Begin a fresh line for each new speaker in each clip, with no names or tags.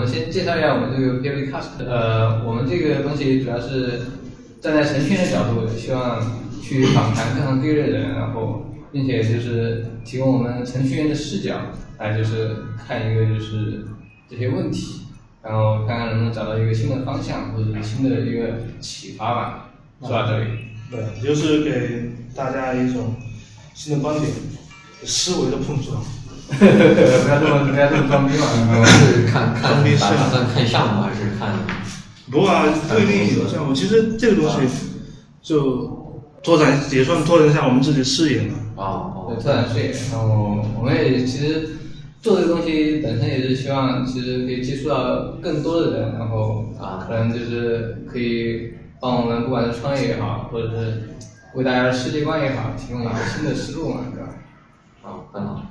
我们先介绍一下我们这个 Daily Cast。呃，我们这个东西主要是站在程序员的角度，希望去访谈各行各业的人，然后并且就是提供我们程序员的视角，来就是看一个就是这些问题，然后看看能不能找到一个新的方向或者是新的一个启发吧。说到这里，
对，就是给大家一种新的观点、思维的碰撞。
不要这么不要这么装逼嘛。嗯然后
是看看
装逼是
打算看项目还是看？
不过啊，不一定有项目。其实这个东
啊
西就拓展，也算拓展一下我们自己视野嘛。
哦
对，
哦，
拓展视野。然后我们也其实做这个东西本身也是希望，其实可以接触到更多的人，然后
啊
可能就是可以帮我们不管是创业也好，或者是为大家的世界观也好，提供一个新的思路嘛，对吧？
好，哦很好。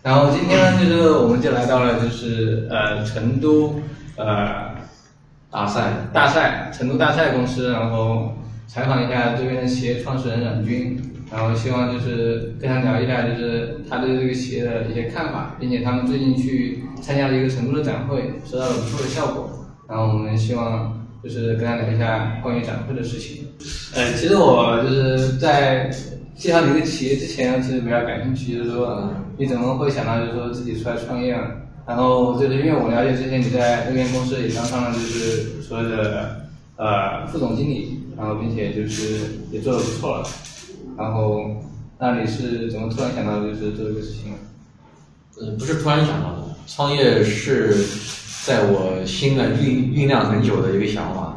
然后今天呢，就是我们就来到了就是呃成都呃
大赛
大赛，成都大赛公司，然后采访一下这边的企业创始人冉军，然后希望就是跟他聊一下，就是他对这个企业的一些看法，并且他们最近去参加了一个成都的展会，收到了不错的效果，然后我们希望就是跟他聊一下关于展会的事情。呃，其实我就是在介绍你的企业之前，啊其实比较感兴趣，就是说呃你怎么会想到就是说自己出来创业呢？啊然后就是因为我了解之前你在那边公司也当上了就是所谓的呃副总经理，然后并且就是也做的不错了，然后那你是怎么突然想到就是做这个事情啊呢？
嗯，不是突然想到的，创业是在我心里酝酝酿很久的一个想法。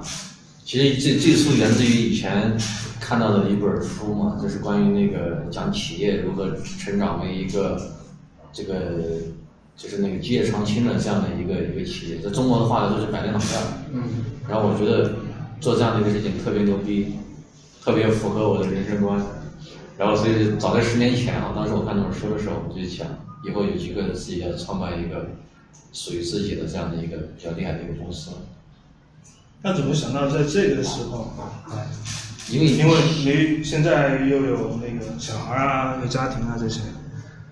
其实最最初源自于以前看到的一本书嘛，就是关于那个讲企业如何成长为一个这个就是那个基业创新的这样的一个一个企业，在中国的话呢，就是百年老店。
嗯，
然后我觉得做这样的一个事情特别牛逼，特别符合我的人生观。然后所以早在十年前啊，当时我看这本书的时候，我就想以后有机会自己要创办一个属于自己的这样的一个比较厉害的一个公司，
那怎么想到在这个时候？
啊
哎
因为
因为你现在又有那个小孩啊，有家庭啊这些。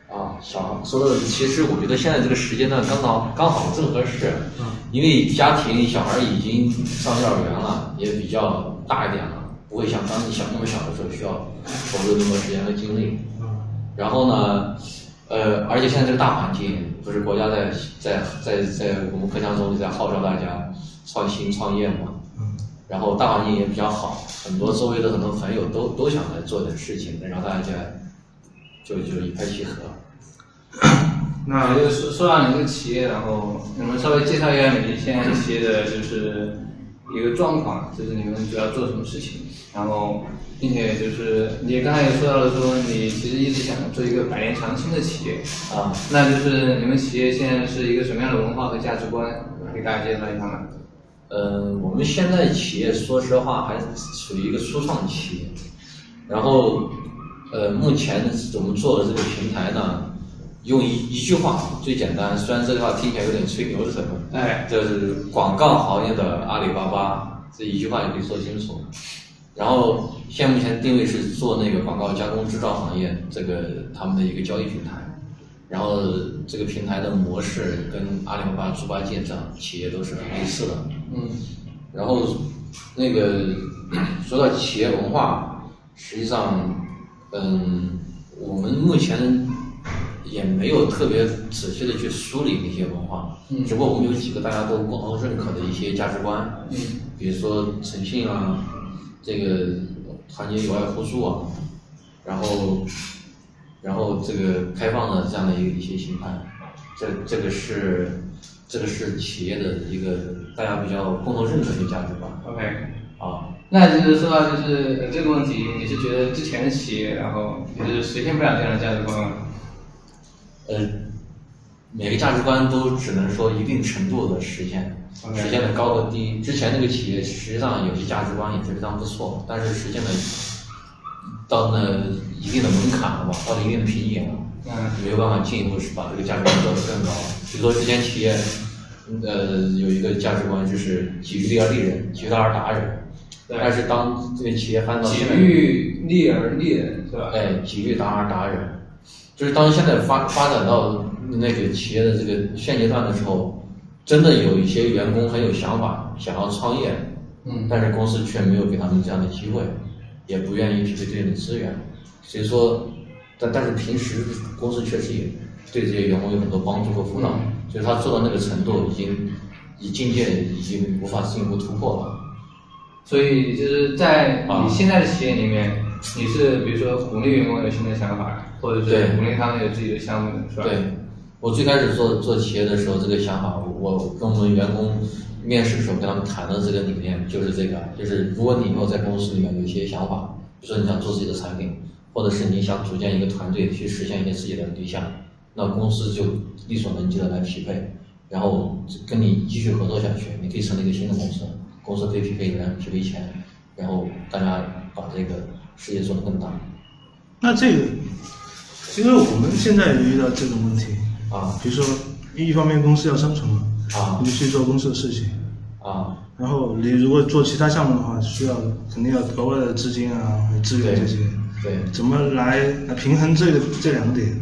啊，想说的其实我觉得现在这个时间段刚好刚好正合适，
嗯
因为家庭小孩已经上幼儿园了，也比较大一点了，不会像当你小那么小的时候需要投入那么多时间和精力。然后呢，呃，而且现在这个大环境，不是国家在在在在我们各项中在号召大家创新创业嘛，
嗯
然后大环境也比较好，很多周围的很多朋友都都想来做点事情，能让大家就就一拍即合。
那
也就是说说到你这个企业，然后你们稍微介绍一下你们现在企业的就是一个状况，就是你们主要做什么事情，然后并且就是你刚才也说到了说你其实一直想做一个百年长青的企业，
啊，
那就是你们企业现在是一个什么样的文化和价值观？给大家介绍一下吗？
嗯，我们现在企业说实话还属于一个初创企业，然后，呃，目前我们做的这个平台呢，用一一句话最简单，虽然这句话听起来有点吹牛的成分，
哎，
就是广告行业的阿里巴巴，这一句话就可以说清楚。然后现在目前定位是做那个广告加工制造行业这个他们的一个交易平台，然后这个平台的模式跟阿里巴巴、猪八戒这样企业都是很类似的。
嗯，
然后那个说到企业文化，实际上，嗯，我们目前也没有特别仔细的去梳理那些文化，
嗯
只不过我们有几个大家都共同认可的一些价值观，
嗯，
比如说诚信啊，这个团结友爱互助啊，然后，然后这个开放的这样的一个一些形态，这这个是这个是企业的一个大家比较共同认可的一个价值观
OK，
啊。
那就是说到就是呃这个问题，你是觉得之前的企业，然后就是实现不了这样的价值观吗？
呃，每个价值观都只能说一定程度的实现
OK
实现的高和低。之前那个企业实际上有些价值观也是非常不错，但是实现的到那一定的门槛了吧，到了一定的瓶颈了，
嗯
没有办法进一步是把这个价值观做得更高。比如说之前企业，呃，有一个价值观就是己欲利而利人，其他而达人。
对
但是当这个企业翻到
己
现在
欲利而利人，是吧？
哎，体育达而达人，就是当现在发发展到那个企业的这个现阶段的时候，真的有一些员工很有想法，想要创业，
嗯
但是公司却没有给他们这样的机会，也不愿意提供这样的资源，所以说，但但是平时公司确实也对这些员工有很多帮助和辅导，
嗯
所以他做到那个程度已经，以境界已经无法进一步突破了。
所以就是在
啊
你现在的企业里面，你是比如说鼓励员工有新的想法，或者是
对
鼓励他们有自己的项目，是吧？
对，我最开始做做企业的时候，这个想法，我跟我们员工面试的时候跟他们谈的这个理念就是这个，就是如果你以后在公司里面有一些想法，比如说你想做自己的产品，或者是你想组建一个团队去实现一些自己的理想，那公司就力所能及的来匹配，然后跟你继续合作下去，你可以成立一个新的公司，公司可以匹配人，匹配钱，然后大家把这个事业做得更大。
那这个，其实我们现在也遇到这种问题
啊
比如说一方面公司要生存嘛，
啊
你就去做公司的事情，
啊，
然后你如果做其他项目的话，需要肯定要额外的资金啊、资源这些，
对。
怎么来来平衡这个这两点？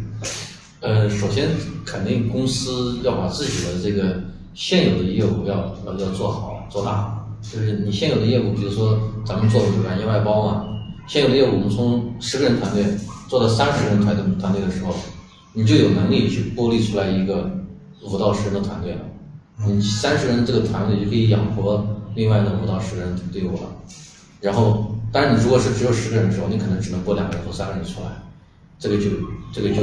呃，首先肯定公司要把自己的这个现有的业务要呃要要做好做大，就是你现有的业务，比如说咱们做软件外包嘛，现有的业务我们从十个人团队做到三十人团队团队的时候，你就有能力去剥离出来一个五到十人的团队了。你三十人这个团队就可以养活另外的五到十人队伍了。然后，当然你如果是只有十个人的时候，你可能只能拨两个人或三个人出来。这个就这个就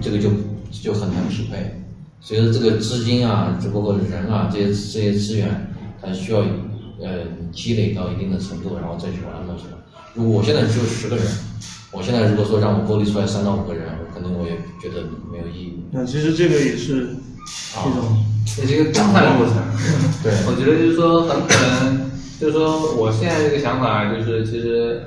这个就就很难匹配。所以说这个资金啊，只不过人啊，这些这些资源，它需要呃积累到一定的程度，然后再去把它弄出来。如果我现在只有十个人，我现在如果说让我剥离出来三到五个人，我可能我也觉得没有意义。
那其实这个也是一种，
也是一个动态的过程。
对
我觉得就是说，很可能就是说，我现在这个想法就是，其实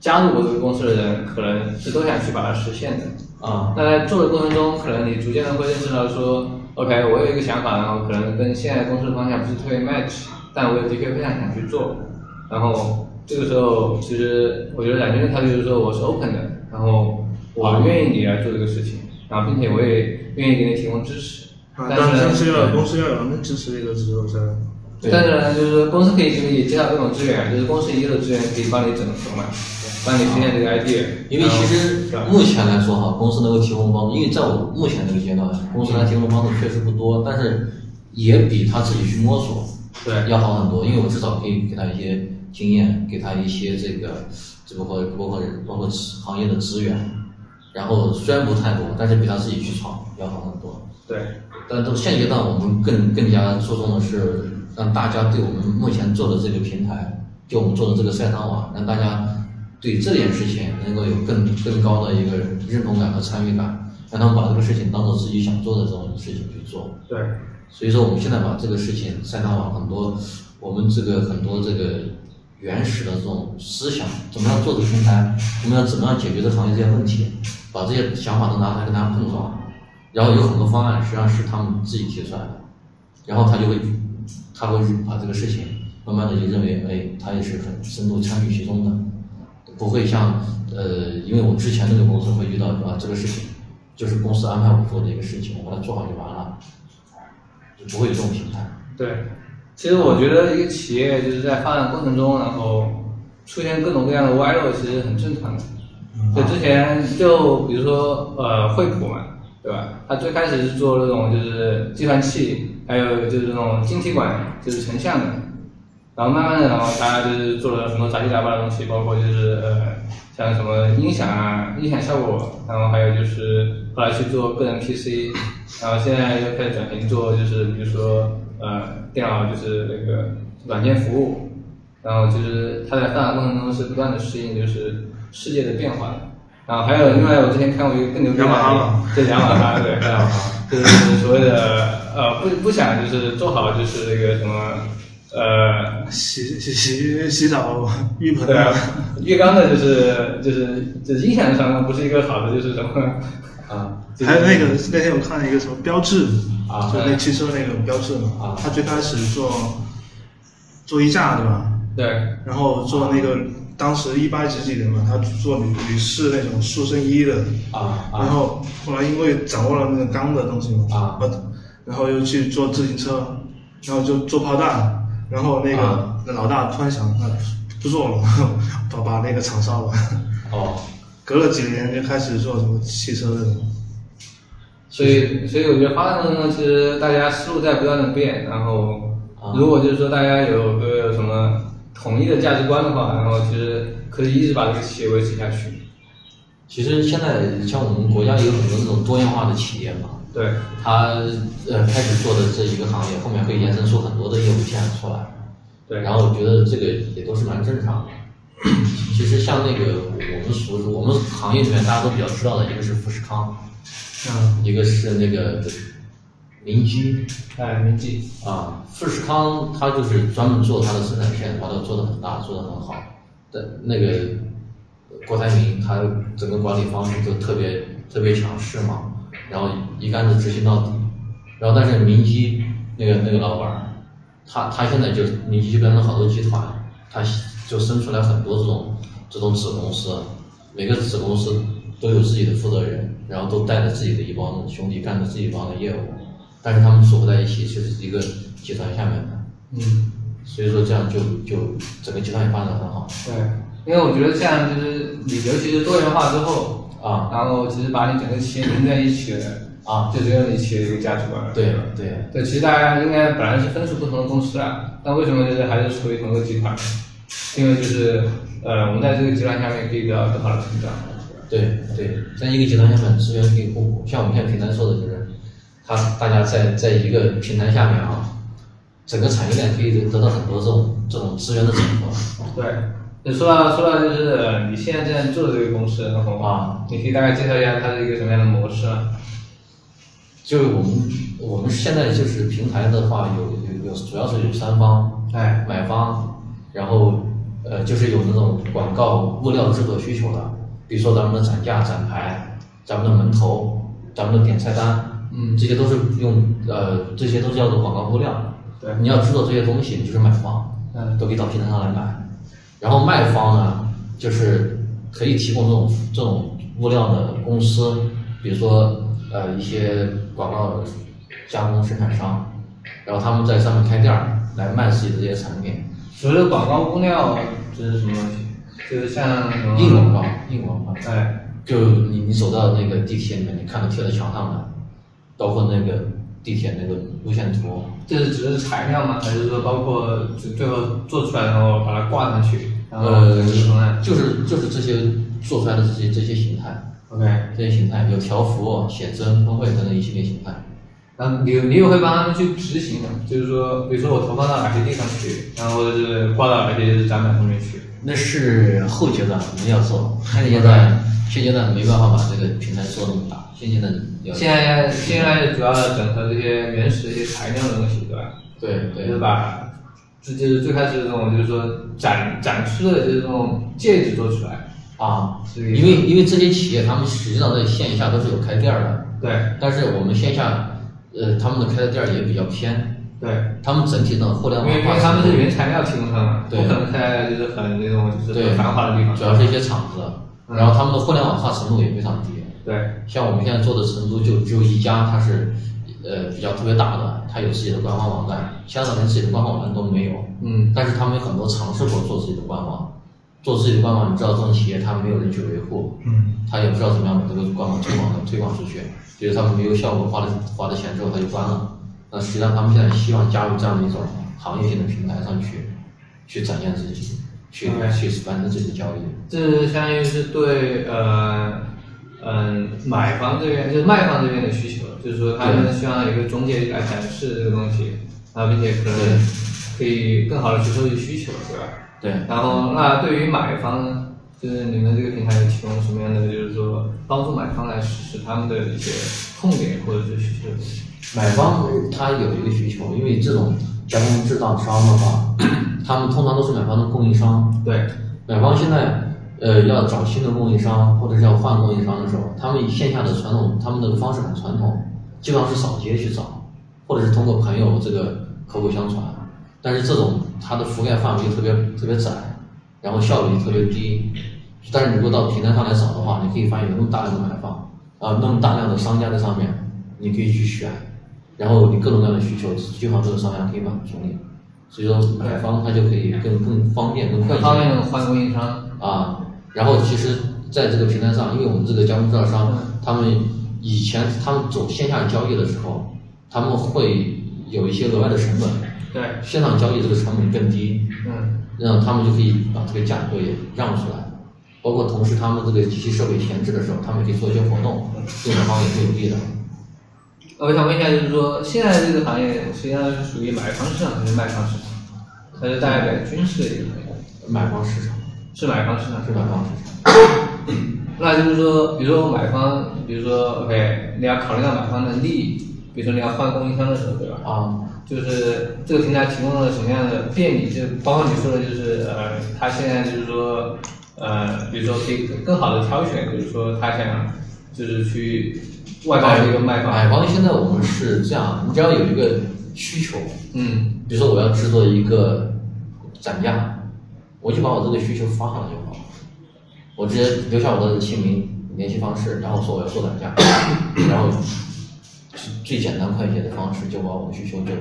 加入我这个公司的人，可能是都想去把它实现的。
啊，
那在做的过程中，可能你逐渐的会认识到说，OK，我有一个想法，然后可能跟现在公司的方向不是特别 match，但我也的确非常想去做。然后这个时候，其实我觉得冉军的态度就是说，我是 open 的，然后我愿意你来做这个事情，然后并且我也愿意给你提供支持。
啊，
但
当
是
然
呢
公司要公司要有人支持这个之后才，
对
但是呢，就是说公司可以给你介绍各种资源，就是公司也有资源可以帮你整合嘛，帮你实现这个 idea。
因为其实
然后
目前来说哈，公司能够提供帮助，因为在我目前这个阶段，公司能提供帮助确实不多，但是也比他自己去摸索
对
要好很多，因为我至少可以给他一些经验，给他一些这个，这包括包括包括行业的资源，然后虽然不太多，但是比他自己去闯要好很多。
对
但到现阶段，我们更更加注重的是让大家对我们目前做的这个平台，就我们做的这个赛道网，让大家对这件事情能够有更更高的一个认同感和参与感，让他们把这个事情当做自己想做的这种事情去做。
对
所以说，我们现在把这个事情赛道网很多，我们这个很多这个原始的这种思想，怎么样做这个平台，我们要怎么样解决这个行业这些问题，把这些想法都拿出来跟大家碰撞，然后有很多方案实际上是他们自己提出来的，然后他就会他会把这个事情慢慢的就认为，哎，他也是很深度参与其中的，不会像呃，因为我之前那个公司会遇到啊这个事情，就是公司安排我做的一个事情，我把它做好就完了。就不会有这种平台。
对。其实我觉得一个企业就是在发展过程中，然后出现各种各样的歪路，其实很正常的。就之前就比如说呃惠普嘛，对吧？它最开始是做那种就是计算器，还有就是那种晶体管，就是成像的。然后慢慢的，然后它就是做了很多杂七杂八的东西，包括就是呃像什么音响啊、音响效果，然后还有就是后来去做个人 PC，然后现在又开始转型做就是比如说呃电脑就是那个软件服务，然后就是它在发展过程中是不断的适应就是世界的变化的。然后还有另外，我之前看过一个更牛逼的
雅马哈
案例
嘛
对雅马哈，对雅马 哈，就是所谓的呃不不想就是做好就是那个什么呃
洗洗洗洗澡浴盆
对啊，浴缸的就是就是就是音响上不是一个好的，就是什么
啊
还有那个那天我看了一个什么标志
啊
就那
对
汽车那个标志嘛
啊，
他最开始做做衣架对吧？
对
然后做那个当时一八几几年嘛，他做女女士那种塑身衣的，
啊
然后后来因为掌握了那个钢的东西嘛，
啊
把然后又去坐自行车，然后就做炮弹，然后那个、
啊
那老大突然想，那不做了， 把把那个厂烧了。
哦，
隔了几年就开始做什么汽车的什么，
所以，所以我觉得发展呢，其实大家思路在不断的变，然后
啊
如果就是说大家有个有什么统一的价值观的话，然后其实可以一直把这个企业维持下去。
其实现在像我们国家有很多那种多样化的企业嘛，
对，
他呃开始做的这一个行业，后面会延伸出很多的业务线出来。
对
然后我觉得这个也都是蛮正常的。其实像那个我们熟知，我们行业里面大家都比较知道的，一个是富士康，
嗯，
一个是那个明基
哎，铭记。
啊。富士康它就是专门做它的生产线，把它做得很大，做得很好。但那个郭台铭他整个管理方式就特别特别强势嘛，然后一竿子执行到底。然后但是明基那个那个老板儿，他他现在就明基就变成好多集团，他就生出来很多这种这种子公司，每个子公司都有自己的负责人，然后都带着自己的一帮兄弟干着自己帮的业务，但是他们组合在一起就是一个集团下面的，
嗯。
所以说这样就就整个集团也发展得很好
对，因为我觉得像就是你，尤其是多元化之后，
啊
然后其实把你整个企业凝在一起了，
啊，
就只有你企业的一个价值观。
对对。
对，其实大家应该本来是分属不同的公司啊，但为什么就是还是处于同一个集团？因为就是呃，我们在这个集团下面可以得到更好的成长。
对对，在一个集团下面资源可以互补，像我们现在平台做的就是，它大家在在一个平台下面啊，整个产业链可以得到很多这种这种资源的整合。
对，你说到说到就是呃你现在正在做的这个公司，然后
啊，
你可以大概介绍一下它是一个什么样的模式啊吗？
就是我们我们现在就是平台的话有有有主要是有三方，
哎，
买方，然后呃就是有那种广告物料制作需求的，比如说咱们的展架、展牌、咱们的门头、咱们的点菜单，
嗯
这些都是用呃这些都叫做广告物料。
对
你要制作这些东西，你就是买方，
嗯
呃都可以到平台上来买。然后卖方呢，就是可以提供这种这种物料的公司，比如说呃一些广告加工生产商，然后他们在上面开店儿来卖自己的这些产品，
除了广告物料，啊这是什么？就是像什么
硬广告，硬广告，
哎，
就你你走到那个地铁里面，你看到贴在墙上的，包括那个地铁那个路线图，
这是指的是材料吗？还是说包括就最后做出来然后把它挂上去，然后
呃
这个方案，
就是就是这些做出来的这些这些形态，
？OK，
这些形态有条幅、写真、喷绘等等一系列形态。
然嗯后你你也会帮他们去执行的，就是说，比如说我投放到哪些地方去，然后是挂到哪些展板上面去。
那是后阶段我们要做，现阶段现阶段没办法把这个平台做那么大，现阶段要
现在现在主要整合这些原始的一些材料的东西，对吧？
对对
就是把，这就是最开始这种就是说展展示的就是这种介质做出来。
啊，
是
因为因为这些企业他们实际上在线下都是有开店儿的，
对
但是我们线下，呃，他们的开的店儿也比较偏，
对，
他们整体的互联
因
网
为因
化
为
程
他们
度
是原材料提供商嘛，不
对
可能开在就是很那种就是
对
很繁华的地方。
主要是一些厂子，
嗯
然后他们的互联网化程度也非常低。
对
像我们现在做的成都就只有一家，它是呃比较特别大的，它有自己的官方网站，香港连自己的官方网站都没有。
嗯
但是他们有很多尝试过做自己的官网，做自己的官网，你知道这种企业他没有人去维护，
嗯，
他也不知道怎么样把这个官网推广的推广出去，比如他们没有效果，花了花了钱之后他就关了。那实际上他们现在希望加入这样的一种行业性的平台上去，去展现自己，去
OK
去完成自己的交易。
这相当于是对呃嗯、买方这边就是卖方这边的需求，就是说他们
对
希望有一个中介来展示这个东西，啊，并且可能
对
可以更好的去收集需求，对吧？
对，
然后那对于买方呢，就是你们这个平台有提供什么样的，就是说帮助买方来实施他们的一些痛点或者是需求？
买方他有一个需求，因为这种加工制造商的话，他们通常都是买方的供应商，
对，
买方现在呃要找新的供应商，或者是要换供应商的时候，他们以线下的传统，他们的方式很传统，基本上是扫街去找，或者是通过朋友这个口口相传。但是这种它的覆盖范围特别特别窄，然后效率特别低。但是你如果到平台上来找的话，你可以发现有那么大量的买方，啊、那么大量的商家在上面，你可以去选。然后你各种各样的需求，就像这个商家可以满足你，所以说买方他就可以更更方便、更快捷。
方面的换供应商，
啊，然后其实在这个平台上，因为我们这个加盟制造商，他们以前他们走线下交易的时候，他们会有一些额外的成本，
对，
线上交易这个成本更低，
嗯，
让他们就可以把这个价格也让出来，包括同时他们这个机器设备闲置的时候，他们也可以做一些活动，对买方也是有利的。
呃我想问一下，就是说现在这个行业实际上是属于买方市场还是卖方市场？它是大概在军事的一个行业，
买方市场
是买方市场
是
是
买
吧？
方市场。
那就是说，比如说我买方，比如说 OK，你要考虑到买方的利益，比如说你要换供应商的时候，对吧？
啊，
就是这个平台提供了什么样的便利？就包括你说的，就是呃，他现在就是说，呃，比如说可以更好的挑选，比如说他想就是去外包一个卖方，
买方现在我们是这样，你只要有一个需求，
嗯，
比如说我要制作一个展架，我就把我这个需求发上来就好了，我直接留下我的姓名、联系方式，然后说我要做展架， 然后最简单快捷的方式就把我的需求就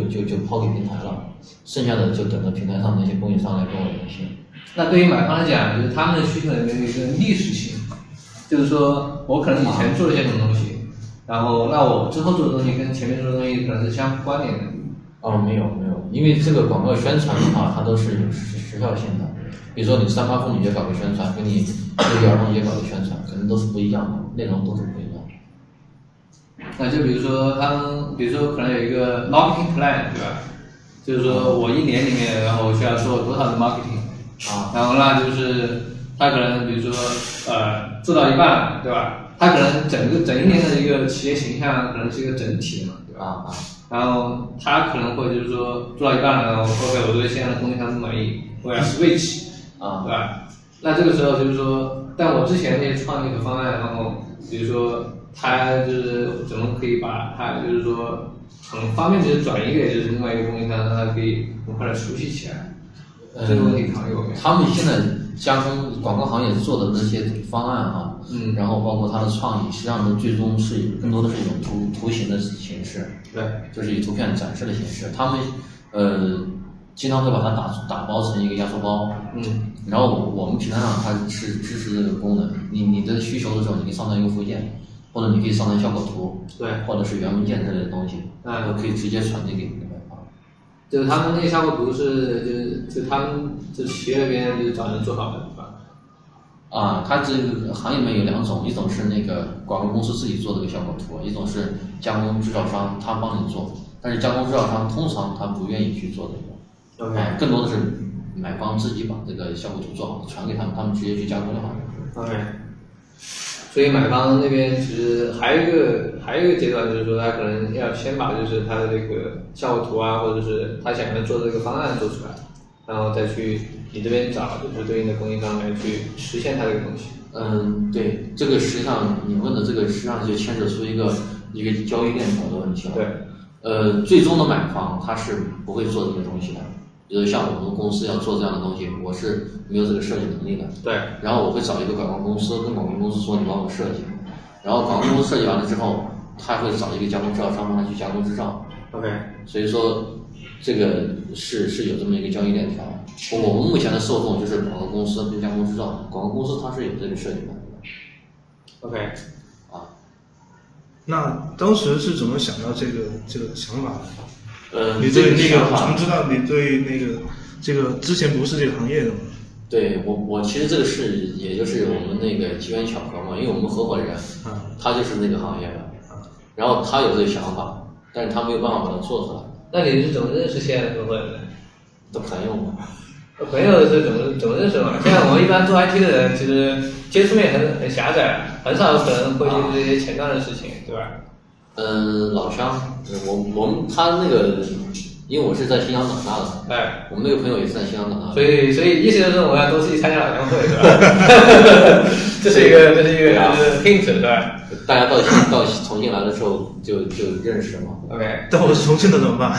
就就就抛给平台了，剩下的就等着平台上那些供应商来跟我联系。
那对于买方来讲，就是他们的需求里面有一个历史性，就是说我可能以前做了些什么东西，然后那我之后做的东西跟前面做的东西可能是相关联的。
哦，没有没有，因为这个广告宣传的话，它都是有时时效性的。比如说你三八妇女节搞个宣传，跟你六一儿童节搞个宣传，可能都是不一样的，内容都是不一样的。
那就比如说他们，比如说可能有一个 marketing plan，对吧？就是说我一年里面，然后我需要做多少的 marketing，
啊
然后那就是他可能比如说呃做到一半，对吧？他可能整个整一年的一个企业形象可能是一个整体的嘛，对吧？
啊啊！
然后他可能会就是说做到一半了，然后 OK，我对现在的供应商不满意，我要 switch，
啊
对吧？那这个时候就是说，但我之前那些创意和方案，然后比如说他就是怎么可以把它就是说很方便的转移给就是另外一个供应商，让他可以很快的熟悉起来。这个问题考虑我没有？
他们现在加工广告行业做的那些方案啊，
嗯
然后包括它的创意，实际上呢，最终是更多的是一种图图形的形式，
对，
就是以图片展示的形式。他们呃，经常会把它打打包成一个压缩包，
嗯，
然后我们平台上它是支持这个功能，你你的需求的时候，你可以上传一个附件，或者你可以上传效果图，
对
或者是原文件之类的东西，
嗯
都可以直接传递给你的啊卖方。
就是他们那个效果图是就是就他们就企业那边就是找人做好的，对吧？
啊，它这个行业里面有两种，一种是那个广告公司自己做这个效果图，一种是加工制造商他帮你做，但是加工制造商通常他不愿意去做这个，
OK
哎，更多的是买方自己把这个效果图做好，传给他们，他们直接去加工就好了。
OK，所以买方那边其实还有一个还有一个阶段，就是说他可能要先把就是他的这个效果图啊，或者是他想要做的这个方案做出来，然后再去你这边找就是对应的供应商来去实现他这个东西。
嗯，对，这个实际上你问的这个实际上就牵扯出一个一个交易链条的问题了。
对，
呃，最终的买方他是不会做这个东西的，比如像我们公司要做这样的东西，我是没有这个设计能力的。
对，
然后我会找一个广告公司，跟广告公司说你帮我设计，然后广告公司设计完了之后，他会找一个加工制造商帮他去加工制造，
OK，
所以说这个是是有这么一个交易链条。我我们目前的受众就是广告公司跟加工制造，广告公司它是有这个设计的
OK，
啊。
那当时是怎么想到这个这个想法的？
呃，
你
这
对那
想
个，
法
从知道你对那个这个之前不是这个行业的嘛？
对我，我其实这个事也就是我们那个机缘巧合嘛，因为我们合伙人，
嗯
他就是那个行业的
嗯，
然后他有这个想法，但是他没有办法把它做出来，
那你是怎么认识现在的合伙人的？
都朋友嘛。
朋友是怎么怎么认识嘛？现在我们一般做 IT 的人，其实接触面很很狭窄，很少可能会接触这些前端的事情，对吧？
嗯，老乡，我我们他那个，因为我是在新疆长大的，
哎。
我们那个朋友也是在新疆长大的，
所以，所以意思就是我要多去参加晚会，对吧？ 这是一个，这是一个，就是 hint，对吧
大家到新到重庆来的时候就就认识嘛。
？OK。
但我是重庆的怎么办？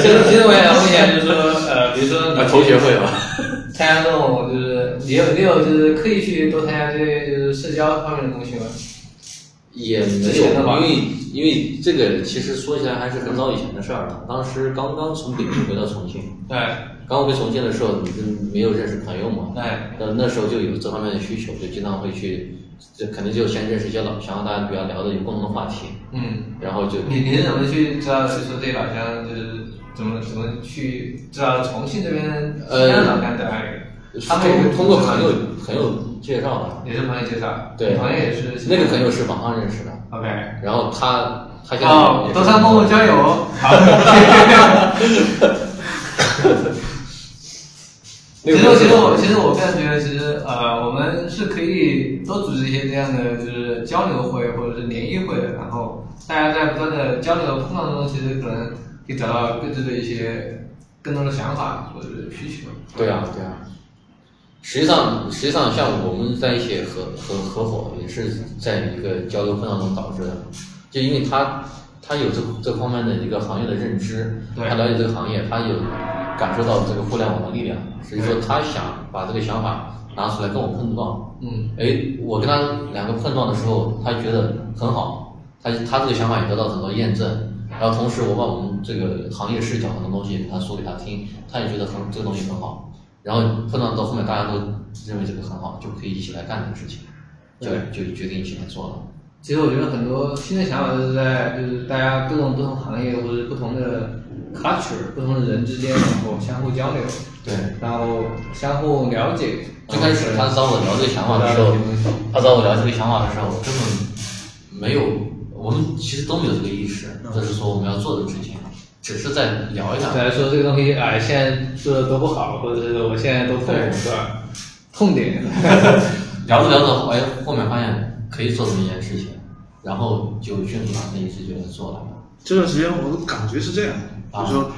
其实，其实我也想问一下，就是说，呃，比如说
啊，同学会吧？
参加这种，就是你有你有就是刻意去多参加这些就是社交方面的东西吗？
也没有，
前的吧
因为因为这个其实说起来还是很早以前的事儿了。当时刚刚从北京回到重庆，
对，
刚回重庆的时候，你就没有认识朋友嘛？
哎
那那时候就有这方面的需求，就经常会去，这肯定就先认识一些老乡，大家比较聊的有共同的话题，
嗯，
然后就
你你是怎么去知道就是这老乡就是怎么怎么去知道重庆这边
呃
西安老乡的爱人？他们也
通
是
通过朋友朋友介绍的，
也是朋友介绍，
对，
朋友也是
那个朋友是网上认识的，
OK，
然后他他现在
哦
也，是
登山公路交友，好，
那
其
个
实
朋友
其实我其实我个人觉得，其实呃，我们是可以多组织一些这样的就是交流会或者是联谊会的，然后大家在不断的交流碰撞中，其实可能可以找到各自的一些更多的想法或者是需求。
对啊，对啊。实际上，实际上像我们在一起合合合伙，也是在一个交流碰撞中导致的。就因为他他有这这方面的一个行业的认知，
对
他了解这个行业，他有感受到这个互联网的力量，所以说
对
他想把这个想法拿出来跟我碰撞。
嗯，
哎，我跟他两个碰撞的时候，他觉得很好，他他这个想法也得到很多验证，然后同时我把我们这个行业视角很多东西给他说给他听，他也觉得很这个东西很好，然后碰撞到后面大家都认为这个很好，就可以一起来干这个事情，就就决定一起来做了。
其实我觉得很多新的想法都是在就是大家各种不同行业或者不同的 culture、不同的人之间，然后相互交流，
对，
然后相互了解。
最开始他找我聊这个想法的时候，他找我聊这个想法的时候，我根本没有，我们其实都没有这个意识，就是说我们要做这个事情，只是在聊一下。
来说这个东西，哎，现在做的都不好，或者是我现在都痛
对
苦，是吧？痛点。
聊着聊着，哎，后面发现可以做这么一件事情，然后就迅速把这一事情给做了。
这段时间我的感觉是这样，
啊
就说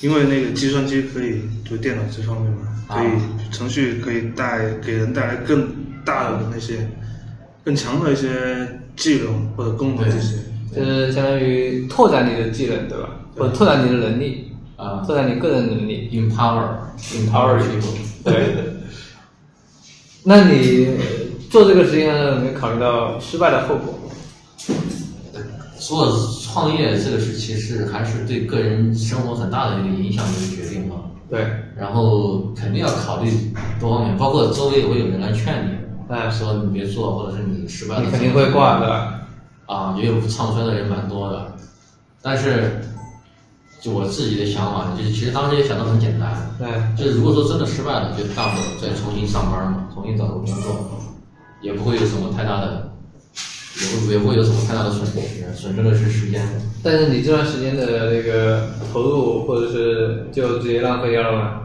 因为那个计算机可以就电脑这方面嘛，
啊
可以程序可以带给人带来更大的那些更强的一些技能或者功能这些。
就是相当于拓展你的技能，对吧？或者拓展你的能力，
啊
拓展你个人能力。
，empower，empower people，
对。那你做这个实验有没有考虑到失败的后果？
做创业这个事其实还是对个人生活很大的一个影响的一个决定嘛。
对，
然后肯定要考虑多方面，包括周围也会有人来劝你，
哎
说你别做，或者是你失败了，
你肯定会挂的。
啊，也有唱衰的人蛮多的，但是就我自己的想法，就是其实当时也想的很简单，
对，
就是如果说真的失败了，就大不了再重新上班嘛，重新找个工作，也不会有什么太大的，也不也不会有什么太大的损失，损失的是时间。
但是你这段时间的那个投入，或者是就直接浪费掉了吗？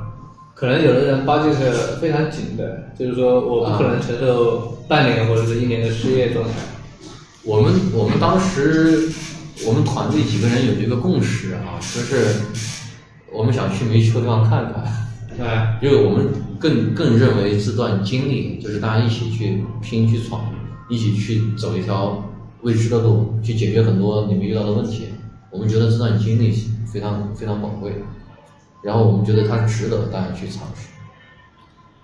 可能有的人包这个非常紧的，就是说我不可能承受半年或者是一年的失业状态。
我们我们当时我们团队几个人有一个共识啊，就是我们想去没去过地方看看。
哎，
因为我们更更认为这段经历就是大家一起去拼、去闯，一起去走一条未知的路，去解决很多你们遇到的问题。我们觉得这段经历非常非常宝贵，然后我们觉得它值得大家去尝试。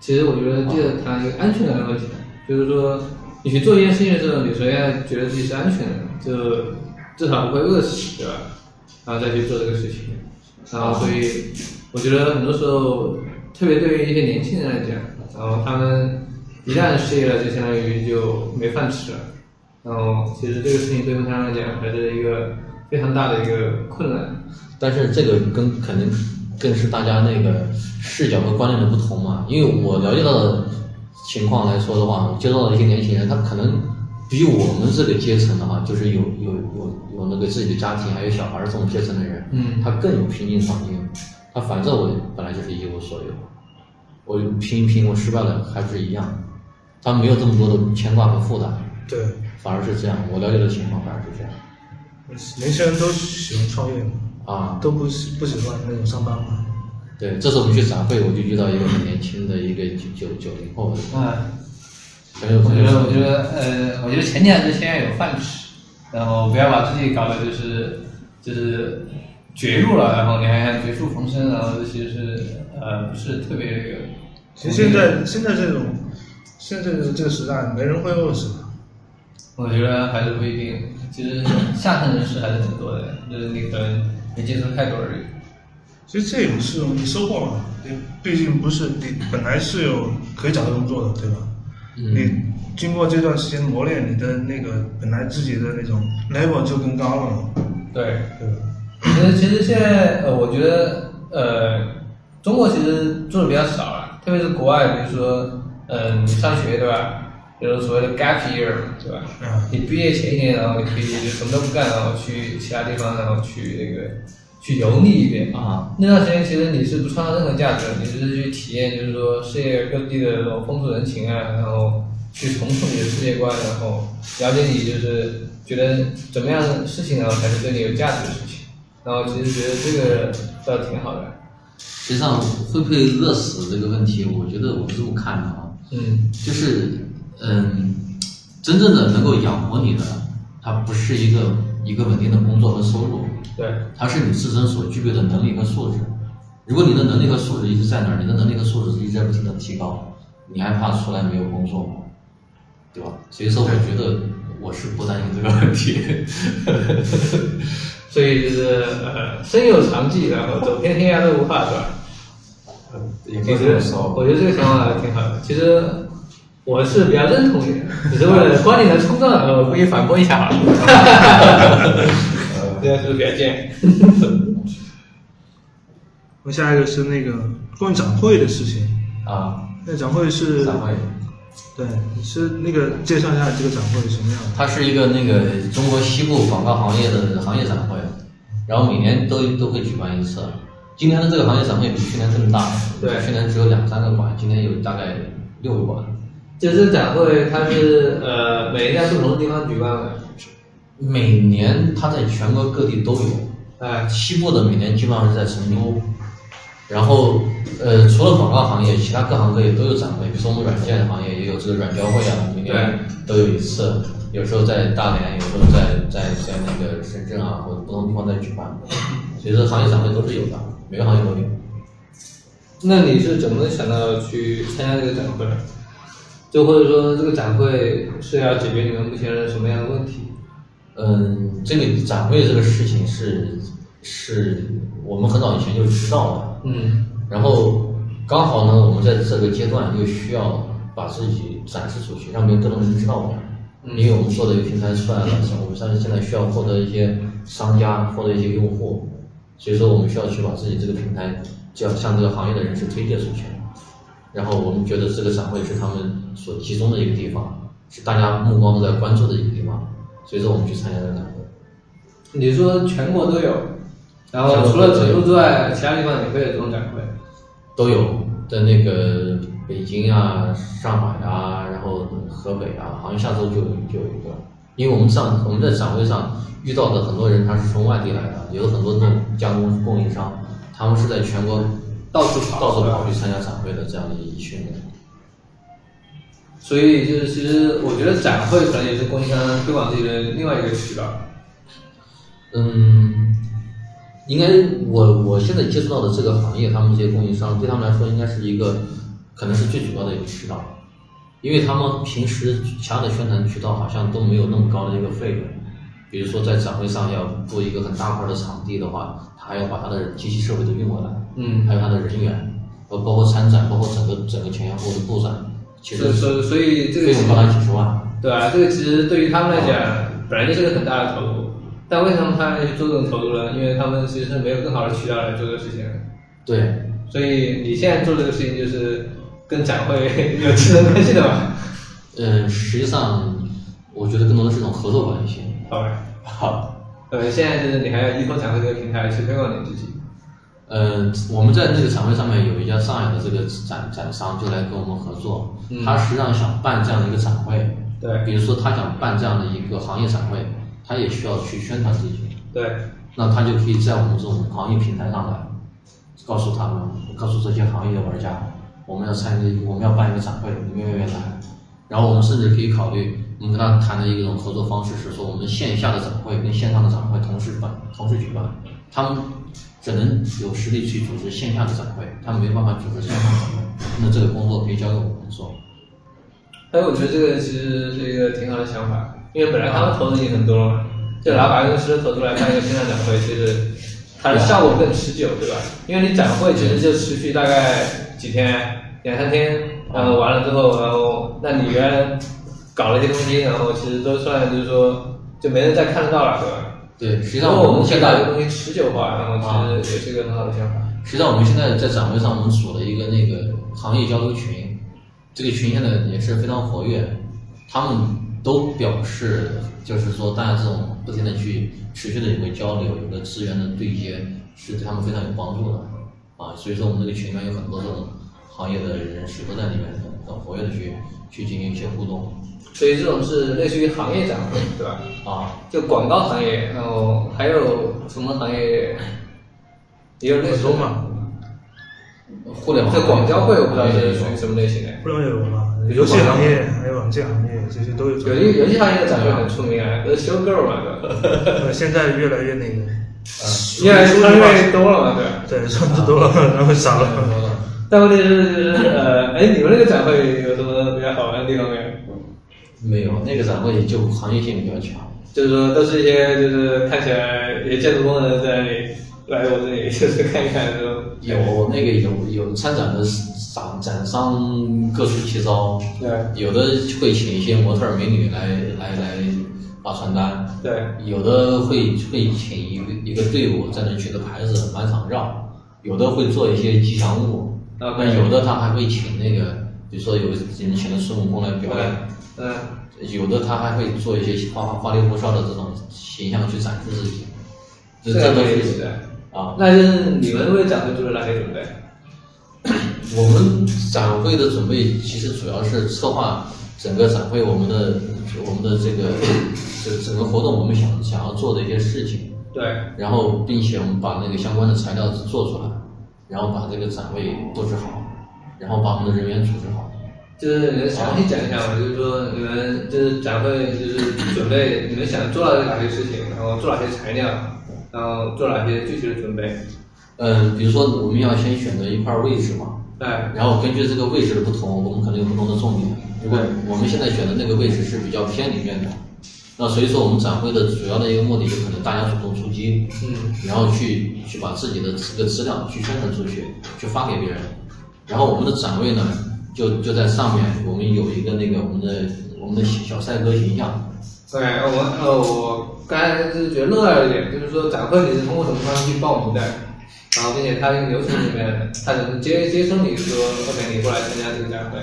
其实我觉得这个谈一个安全感的问题，就是说你去做一件事情的时候，你首先要觉得自己是安全的，就至少不会饿死，对吧？然后再去做这个事情。然后所以我觉得很多时候，特别对于一些年轻人来讲，然后他们一旦失业了，就相当于就没饭吃了。然后其实这个事情对于他们来讲还是一个非常大的一个困难。
但是这个跟可能更是大家那个视角和观念的不同嘛。因为我了解到的情况来说的话，我接触到的一些年轻人，他可能比我们这个阶层的话，就是有有有有那个自己的家庭，还有小孩儿这种阶层的人，
嗯
他更有拼劲上进。他反正我本来就是一无所有，我拼一拼，我失败了还不是一样。他没有这么多的牵挂和负担，
对，
反而是这样。我了解的情况反而是这样。
年轻人都喜欢创业嘛，
啊，
都不喜不喜欢那种上班嘛。
对，这次我们去展会，我就遇到一个很年轻的一个九九九零后，
嗯。
很有
我
很
觉
有
得，我觉得，呃，我觉得前提还是先要有饭吃，然后不要把自己搞得就是就是绝路了，然后你还想绝处逢生，然后这其实是呃不是特别那个。嗯
其实现在现在这种现在这个这个时代，没人会饿死的，
我觉得还是不一定。其实下层人士还是很多的，就是你可能没接触太多而已。
其实这也是种收获嘛，你毕竟不是你本来是有可以找到工作的，对吧？你经过这段时间磨练，你的那个本来自己的那种 level 就更高了，
对，
对吧？
其实其实现在呃，我觉得呃，中国其实做的比较少了，特别是国外，比如说呃，你上学对吧？就是所谓的 gap year 对吧？
嗯
你毕业前一年，然后你可以就什么都不干，然后去其他地方，然后去那个去游历一遍
啊。
那段时间其实你是不创造任何价值的，你只是去体验，就是说世界各地的这种风土人情啊，然后去重塑你的世界观，然后了解你就是觉得怎么样的事情，然啊后才是对你有价值的事情。然后其实觉得这个倒挺好的，
实际上会不会饿死这个问题，我觉得我是这么看的啊，
嗯，
就是嗯，真正的能够养活你的，它不是一个一个稳定的工作和收入，
对，
它是你自身所具备的能力和素质。如果你的能力和素质一直在那儿，你的能力和素质一直在不停的提高，你还怕出来没有工作吗？对吧？所以说，我觉得我是不担心这个问题。
所以就是呃，身有长计，然后走遍天涯都无话，对吧？
也可
我
以
觉
这
得
么说，
我觉得这个想法挺好的。其实我是比较认同你的，只是为了观点的冲撞，然后故意反驳一下好了。这样是不是比较贱？
那下一个是那个关于展会的事情，
啊，
那展会是
散会。
对，是那个介绍一下这个展会是什么样的？
它是一个那个中国西部广告行业的行业展会，然后每年都都会举办一次。今年的这个行业展会比去年更大，
对
去年只有两三个馆，今年有大概六个馆。
就是展会，它是呃，每年在不同的地方举办的，
每年它在全国各地都有，
哎，
西部的每年基本上是在成都，然后呃，除了广告行业，其他各行各业都有展会，比如说我们软件行业也有这个软交会啊，每年都有一次，有时候在大连，有时候在在在那个深圳啊，或者不同地方在举办，所以说行业展会都是有的，每个行业都有。
那你是怎么想到去参加这个展会的？就或者说这个展会是要解决你们目前的什么样的问题？
嗯，这个展会这个事情是是我们很早以前就知道了，
嗯，
然后刚好呢，我们在这个阶段又需要把自己展示出去，让别人更多人知道我们。因为我们做的一个平台出来了，像我们但是现在需要获得一些商家，获得一些用户，所以说我们需要去把自己这个平台，就要向这个行业的人士推介出去。然后我们觉得这个展会是他们所集中的一个地方，是大家目光都在关注的一个地方，所以说我们去参加这个展会。
你说全国都有，然后
全国
除
都有
了成都之外，其他地方也会有这种展会。
都有在那个北京啊、上海啊，然后河北啊，好像下周就就有一个。因为我们上我们在展会上遇到的很多人，他是从外地来的，有很多那种加工供应商，他们是在全国
到处跑
到处跑去参加展会的这样的一群人。
所以就是，其实我觉得展会可能也是供应商推广自己的另外一个渠道。
嗯，应该我我现在接触到的这个行业，他们这些供应商对他们来说，应该是一个可能是最主要的一个渠道，因为他们平时其他的宣传渠道好像都没有那么高的一个费用。比如说在展会上要布一个很大块的场地的话，他还要把他的机器设备都运过来，
嗯
还有他的人员，包包括参展，包括整个整个前前后后的布展，其
所
实
以所以所以这个
费用高达几十万。
对吧、这个其实对于他们来讲，本来就是个很大的投入。但为什么他们要去做这种投入呢？因为他们其实是没有更好的渠道来做这个事情的。
对，
所以你现在做这个事情就是跟展会有竞争关系的嘛？
呃，实际上我觉得更多的是一种合作关系。
好吧，
好，
呃，现在就是你还要依托展会这个平台去推广你自己。
呃，我们在那个展会上面有一家上海的这个展展商就来跟我们合作，
嗯
他实际上想办这样的一个展会，
对
比如说他想办这样的一个行业展会，他也需要去宣传自己，
对，
那他就可以在我们这种行业平台上来，告诉他们，告诉这些行业的玩家，我们要参与，我们要办一个展会，你们愿不愿意来？然后我们甚至可以考虑，我们跟他谈的一种合作方式是说，我们线下的展会跟线上的展会同时办，同时举办，他们只能有实力去组织线下的展会，他们没办法组织线上的展会，那这个工作可以交给我们做。
哎，我觉得这个其实是一个挺好的想法。因为本来他们投的已经很多了嘛，就拿百分之十的投资来办一个线上展会，其实它的效果更持久，对吧？因为你展会其实就持续大概几天，两三天，然后完了之后，然后那你原来搞了一些东西，然后其实都算就是说就没人再看得到了，对吧？
对，实际
如
上
果
我
我
们
们可
现
以把
在啊
这个东西持久化，然后其实也是一个很好的想法。
实际上我们现在在展会上，我们组了一个那个行业交流群，这个群现在也是非常活跃，他们都表示就是说，大家这种不停的去持续的有个交流，有个资源的对接，是对他们非常有帮助的啊。所以说我们这个群里面有很多这种行业的人士都在里面很很活跃的去去进行一些互动
所以这种是类似于行业展会，对吧？
啊。
就广告行业，然后还有什么行业也有类似
多嘛？
互联网
这广交会我不知道
也
是
有
属于什么类型的。
不了解我嘛
比，如
游戏
广告
行业还有软件行业这些都有。
有些有些行业的展会很出名 啊，不是修 girl 嘛，对 吧？
呃，现在越来越那个，
越来越越来越多了嘛，对吧？
对，算的多了，然后少了。
但问题是，就是呃，哎，你们那个展会有什么比较好玩的地方没有？
没有那个展会就行业性比较强。
就是说，都是一些就是看起来也建筑工人在来我这里 就是看一看，就
有那个有有参展的展展商各出奇招，
对
有的会请一些模特儿美女来来来发传单，
对。
有的会会请一个一个队伍在那举着牌子满场绕，有的会做一些吉祥物，
OK
那有的他还会请那个，比如说有人请了孙悟空来表演，
嗯，
有的他还会做一些花花花里胡哨的这种形象去展示自己，
这
这
个
都
没
是
意思的。
啊，
那就是你们为展会做了哪些准备？
我们展会的准备其实主要是策划整个展会，我们的我们的这个这整个活动，我们想想要做的一些事情，
对，
然后并且我们把那个相关的材料做出来，然后把这个展位布置好，然后把我们的人员组织好。
就是你能详细讲一下吗？就是说你们就是展会就是准备你们想做了哪些事情，然后做哪些材料，然后做哪些具体的准备？
嗯，比如说我们要先选择一块位置嘛，
哎，
然后根据这个位置的不同，我们可能有不同的重点。如果我们现在选的那个位置是比较偏里面的，那所以说我们展会的主要的一个目的就可能大家主动出击，
嗯，
然后去去把自己的这个资料去宣传出去，去发给别人。然后我们的展位呢，就就在上面，我们有一个那个我们的我们的小帅哥形象，
对，我呃我刚才就是觉得漏掉一点，就是说展会你是通过什么方式去报名的？然后，并且它这个流程里面，它能接接收你说，OK，你过来参加这个展会。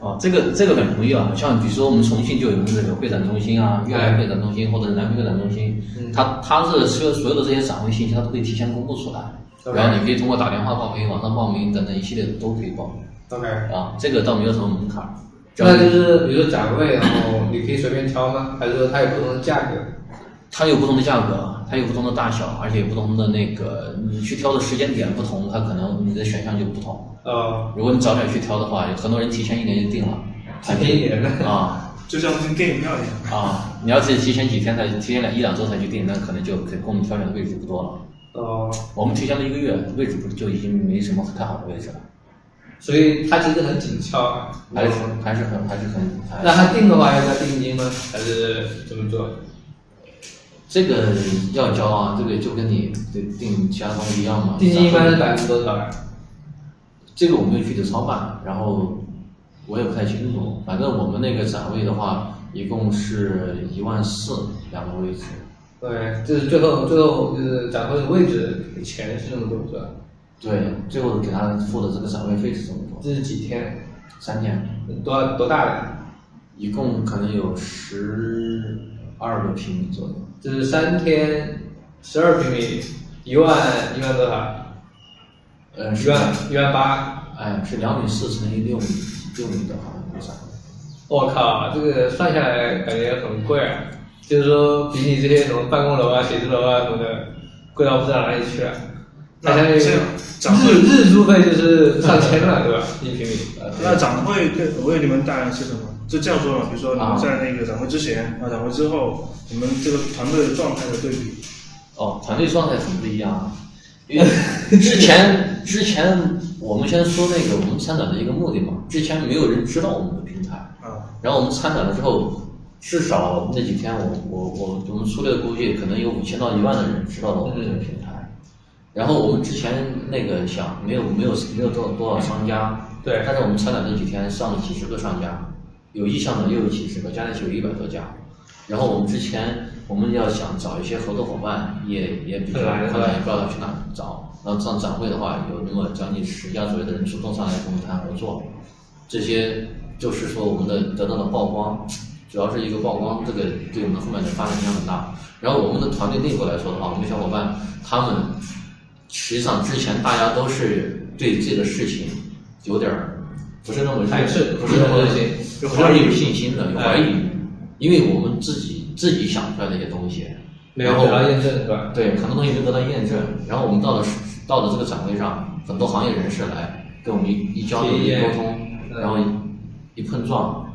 啊，这个这个很容易啊，像比如说我们重庆就有那个会展中心啊，悦来会展中心或者南非会展中心，
嗯
它它是所有所有的这些展会信息，它都会提前公布出来，
OK
然后你可以通过打电话报名、网上报名等等一系列的都可以报名
OK，
啊，这个倒没有什么门槛儿。只要
那
你
就是比如说展位，然后你可以随便挑吗？还是说它有不同的价格？
它有不同的价格，啊它有不同的大小，而且有不同的那个你去挑的时间点不同，它可能你的选项就不同。
呃，
如果你早点去挑的话，有很多人提前一年就定了，
提前一年呢
啊
就像进电影票一样。
啊！你要是提前几天才，提前两一两周才去定，那可能就可供我们挑选的位置不多了。
哦、
我们提前了一个月，位置不就已经没什么看好的位置了，
所以它其实很紧俏啊。
还是还是很还是很还
那它定的话要加定金吗？还是怎么做？
这个要交啊，这个就跟你定其他东西一样嘛。
定金一般是百分之多少啊？
这个我没有具体操办，然后我也不太清楚。反正我们那个展位的话，一共是一万四两个位置，
对，就是最后最后就是展会的位置钱是这么多啊是吧？
对，最后给他付的这个展位费是这么多，
这是几天？
三天，
多大多大的？
一共可能有十二个平米左右，
这是三天，十二平米，一万一万多少？
呃，
一
是
嗯万一万八。
哎是两米四乘以六米六米的好像有展位。
我靠，这个算下来感觉很贵啊，就是说比你这些什么办公楼啊、写字楼啊什么的贵到不知道哪里去了。它相当于
那这样咱们
日日租费就是上千 了，对吧？一平米。呃
那展会给为你们带来些什么？就这样说吧，比如说你
啊
们在那个展会之前啊，展会之后，你们这个团队的状态的对比。
哦，团队状态很不一样 啊。因为之前之前我们先说那个我们参展的一个目的嘛，之前没有人知道我们的平台，
啊，
然后我们参展了之后，至少那几天我我我我们粗略估计，可能有五千到一万的人知道了我们这个平台。然后我们之前那个想没有没有没有多少多少商家，
对
但是我们参展那几天上了几十个商家，有意向的又有几十个，加在一起有一百多家。然后我们之前我们要想找一些合作伙伴，也也比较
很难
困难，
的
也不知道去哪找。然后上展会的话，有那么将近十家左右的人主动上来跟我们谈合作，这些就是说我们的得到的曝光，主要是一个曝光，这个对我们后面的发展影响很大。然后我们的团队内部来说的话，我们小伙伴他们实际上之前大家都是对这个事情有点儿不是那么
排斥
不是那么
不是那么
就怀疑有信心的，有怀疑，因为我们自己自己想出来的一些东西，
没有
然后
得到验证对吧
对，很多东西没有得到验证。然后我们到了市到了这个展会上，很多行业人士来跟我们一一交流、
体
一
验
沟通，
嗯
然后一一碰撞，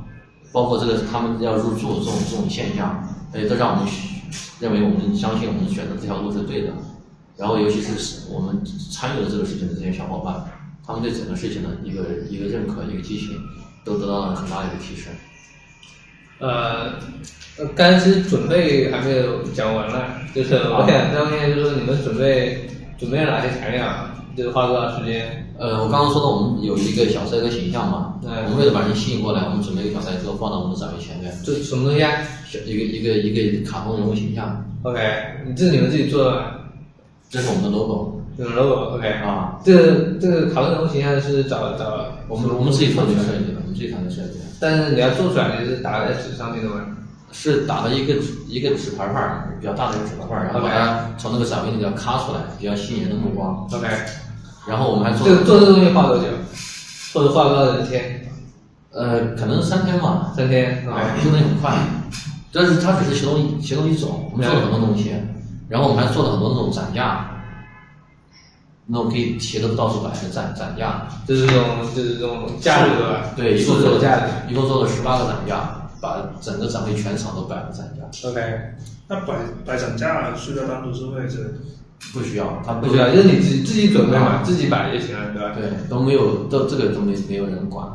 包括这个他们要入驻这种这种现象，哎，都让我们认为我们相信我们选择这条路是对的。然后尤其是我们参与了这个事情的这些小伙伴，他们对整个事情的一个一个认可、一个激情，都得到了很大的一个提升。
呃，呃刚才其实准备还没有讲完呢，就是我想这方面就是你们准备准备了哪些材料，就是花多少时间？
呃，我刚刚说到我们有一个小帅哥形象嘛，
对
我们为了把人吸引过来，我们准备一个小帅哥放到我们的展位前面，
这什么东西啊
小一个一个一个卡通人物形象，
？OK，你这是你们自己做的吗？
这是我们的 logo
这个 logo，OK
啊
这个这个卡通人物形象是找找
我们我们自己团队设计的，我们自己团队设计的，
但是你要做出来，你是打在纸上面的吗？
是打了一个纸一个纸牌牌儿，比较大的一个纸牌牌儿，然后把它从那个展位里边咔出来，比较吸引人的目光。
OK，
然后我们还做
这个做这个东西花多久？或者花多少天？
呃，可能三天吧，
三天？OK，
啊，用的也很快。但是它只是其中一其中一种，我们做了很多东西，然后我们还做了很多那种展架，那种可以贴的到处摆的展展架。
就是这种就是这种价值对吧？
对，一
是
共做
有
了
价值。
一共做了十八个展架，把整个展会全场都摆了展架。
OK，
那摆摆展架需要单独收费之类的。
不需要，他
不需要，就是你自己自己准备嘛，自己摆就行了，对吧？
对，都没有，都这个都没没有人管。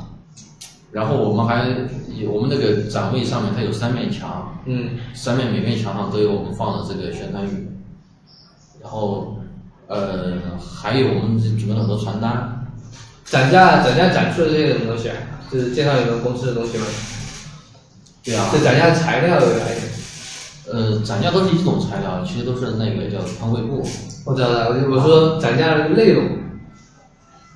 然后我们还有我们那个展位上面它有三面墙，
嗯，
三面每面墙上都有我们放的这个宣传语，然后呃还有我们准备了很多传单，
涨价涨价展出的这些什么东西啊？就是介绍你们公司的东西吗？
对啊
这涨价材料有哪些？
呃展架都是一种材料，其实都是那个叫团绘布。
我知道了，我说涨价的内容。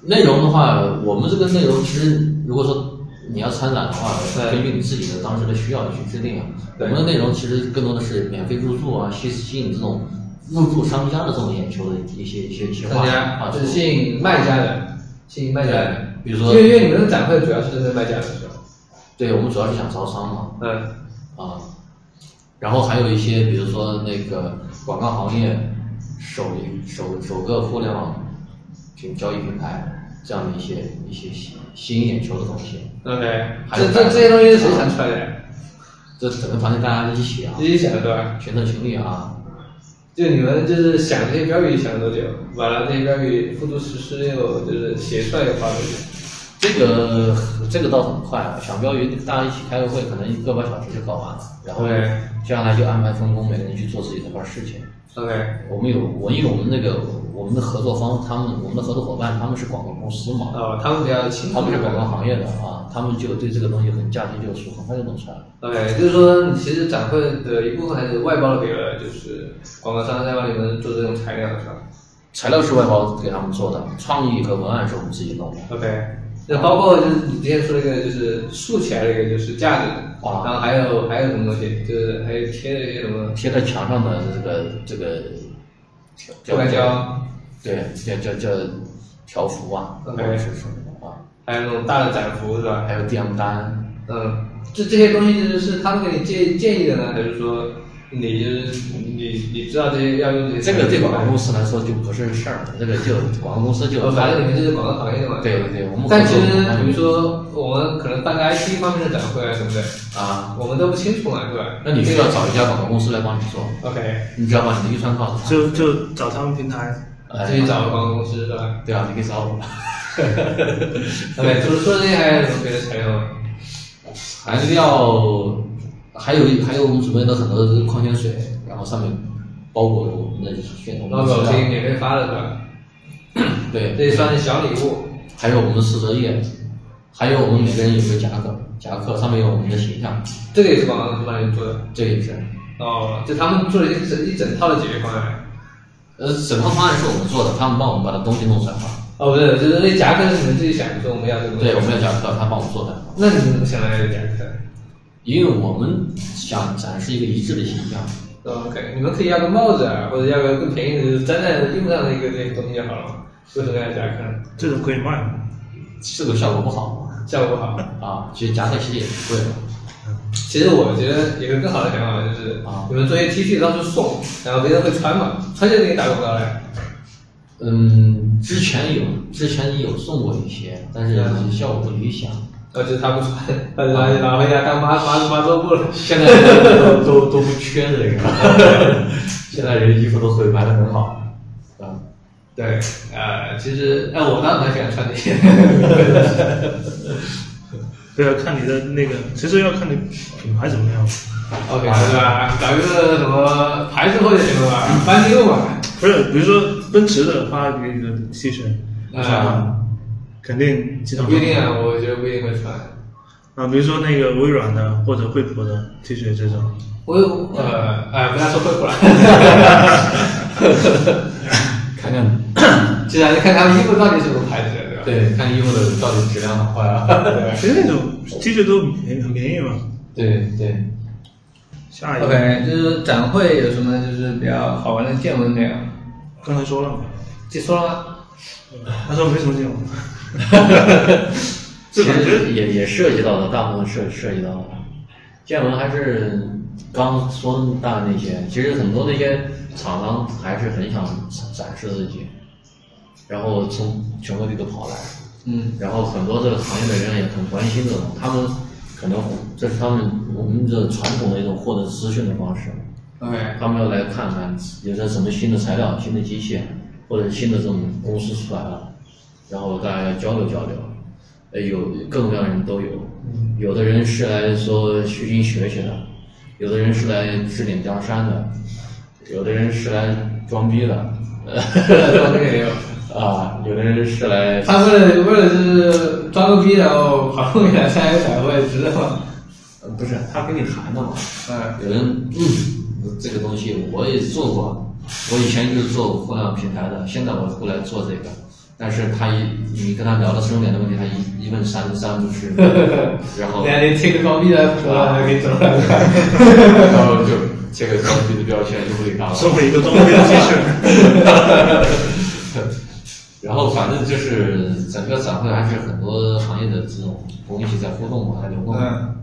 内容的话，我们这个内容其实如果说你要参展的话，
对
根据你自己的当时的需要去制定。啊我
对
们的内容其实更多的是免费入驻啊，吸吸引这种入驻商家的这种眼球的一些一些一些
商
话
家
啊，
就是吸引卖家的，吸引卖家的。
对比如
因
说
为因为你们的展会主要是针对卖家的，是吧？
对我们主要是想招商嘛
嗯，
啊，然后还有一些比如说那个广告行业首首首个互联网平交易平台这样的一些一些吸吸引眼球的东西。
OK，
还有
这这这些东西是谁想出来的呀？
这整个团队大家一起啊
自，己想的对吧？
群策群力啊，
就你们就是想这些标语想了多久？完了这些标语付诸实施又就是写出来又花多久？
这个这个倒很快，啊想标语大家一起开个会，可能一个把小时就搞完了，然后
OK
接下来就安排分工，每个人去做自己那块事情。
OK，
我们有我因为我们那个我们的合作方，他们我们的合作伙伴他们是广告公司嘛，
哦，他们比较清楚，
他们是广告行业的啊，他们就对这个东西很驾轻就熟，很快就弄出来了。
OK，就是说其实展会的一部分还是外包给了就是广告商在帮你们做这种材料是吧
材料是外包给他们做的，创意和文案是我们自己弄的。
？OK，那包括就是你之前说那个就是竖起来那个就是架子，
啊
然后还有还有什么东西，就是还有贴的一些什么
贴在墙上的这个这个
塑料胶，
对，叫叫叫条幅啊，或
OK
者是什么啊，
还有那种大的展幅是吧？
还有电单，
嗯，这这些东西就是是他们给你建建议的呢，还是说你就是你你知道这些要用这些？
这个对广告公司来说就不是事儿，这个就广告公司就
呃，反正你们这是广告行业的嘛。
对对对我们
但其实
合作
比如说我们可能办个 IT 方面的展会啊什么的，
啊，
我们都不清楚嘛，对吧？
那你需要找一家广告公司来帮你做，
OK，
你只要把你的预算告诉他，
就就找他们平台。
哎
自己找个广告公司是吧
对啊，你可以找我。
？OK，除了除了这些还有什么别的材料吗？
还要还有还有我们准备了很多矿泉水，然后上面包裹着我们的宣传
老
资
手
料
机免费发的是吧？
对，
这也算是小礼物。
还有我们的四折页，还有我们每个人有个夹克，夹克上面有我们的形象，
这个也是广告公司帮你做的
这也是。
哦，就他们做了一整一整套的解决方案。
呃，整套方案是我们做的，他们帮我们把它东西弄出来了。
哦，不是，就是那夹克是你们自己想的，说我们要这个东西。
对，我们要夹克，他帮我们做的，
那你们怎么想来的夹克？
因为我们想展示一个一致的形象。
哦 OK，你们可以要个帽子啊，或者要个更便宜的，就是粘在用上的一个这个东西就好了。为什么要夹克？
这种可以卖吗？
这个效果不好
效果好。
啊，其实夹克其实也不贵嘛。
其实我觉得有个更好的想法就是
啊，
你们做一些 T 恤到处送，然后别人会穿嘛，穿就给你打广告了。
嗯，之前有之前也有送过一些，但是效果不理想。
然后就是他不穿，他就拿拿回家当妈妈妈桌布了。
现在人都 都都不缺这个， 现在人衣服都会卖的很好，啊，
对，呃，其实哎、我倒蛮喜欢穿这些。
这要看你的那个，其实要看你品牌怎么样。
OK，对吧？搞一个什么牌子或者什么吧，翻新吧。
不是，比如说奔驰的发给你的 T 恤，
啊
你想看，肯定几场
不一定啊，我觉得不一定会穿。
啊，比如说那个微软的或者惠普的 T 恤这种，
我有呃哎，不要说会不 来，
看看，
既然啊看他们衣服到底是什么牌子的，对吧？
对，看衣服的到底质量好坏啊。
其实那种 T 恤都很便宜很便宜嘛。
对对，
下一个，
OK，就是展会有什么就是比较好玩的见闻 没有？
刚才说了嘛，
这说了吗？
他说没什么见闻。这
其
感
实
觉
也也涉及到了，大部分涉涉及到了。见闻还是刚说大那些，其实很多那些厂商还是很想展示自己，然后从全国各地都跑来，
嗯，
然后很多这个行业的人也很关心这种，他们可能这是他们我们这传统的一种获得资讯的方式，
OK，
他们要来看看有些什么新的材料、新的机械或者新的这种公司出来了，然后大家要交流交流，呃，有各种各样的人都有，有的人是来说虚心学学的，有的人是来指点江山的，有的人是来装逼的，
这个也有。
啊，有的人是来
他为了为了就是装个逼，然后跑后面来参加个展会，值得吗？
呃，不是他跟你谈的嘛。
嗯，
有人，嗯，这个东西我也做过，我以前就是做互联网平台的，现在我过来做这个，但是他一你跟他聊到深入点的问题，他一一问三三不 知，然后
人家连贴个装逼的说了，给你整出来了。
然后就这个装逼的标签就不给他了。
收回一个装备的 T 恤，
然后反正就是整个展会还是很多行业的这种东西在互动嘛，在流动。
嗯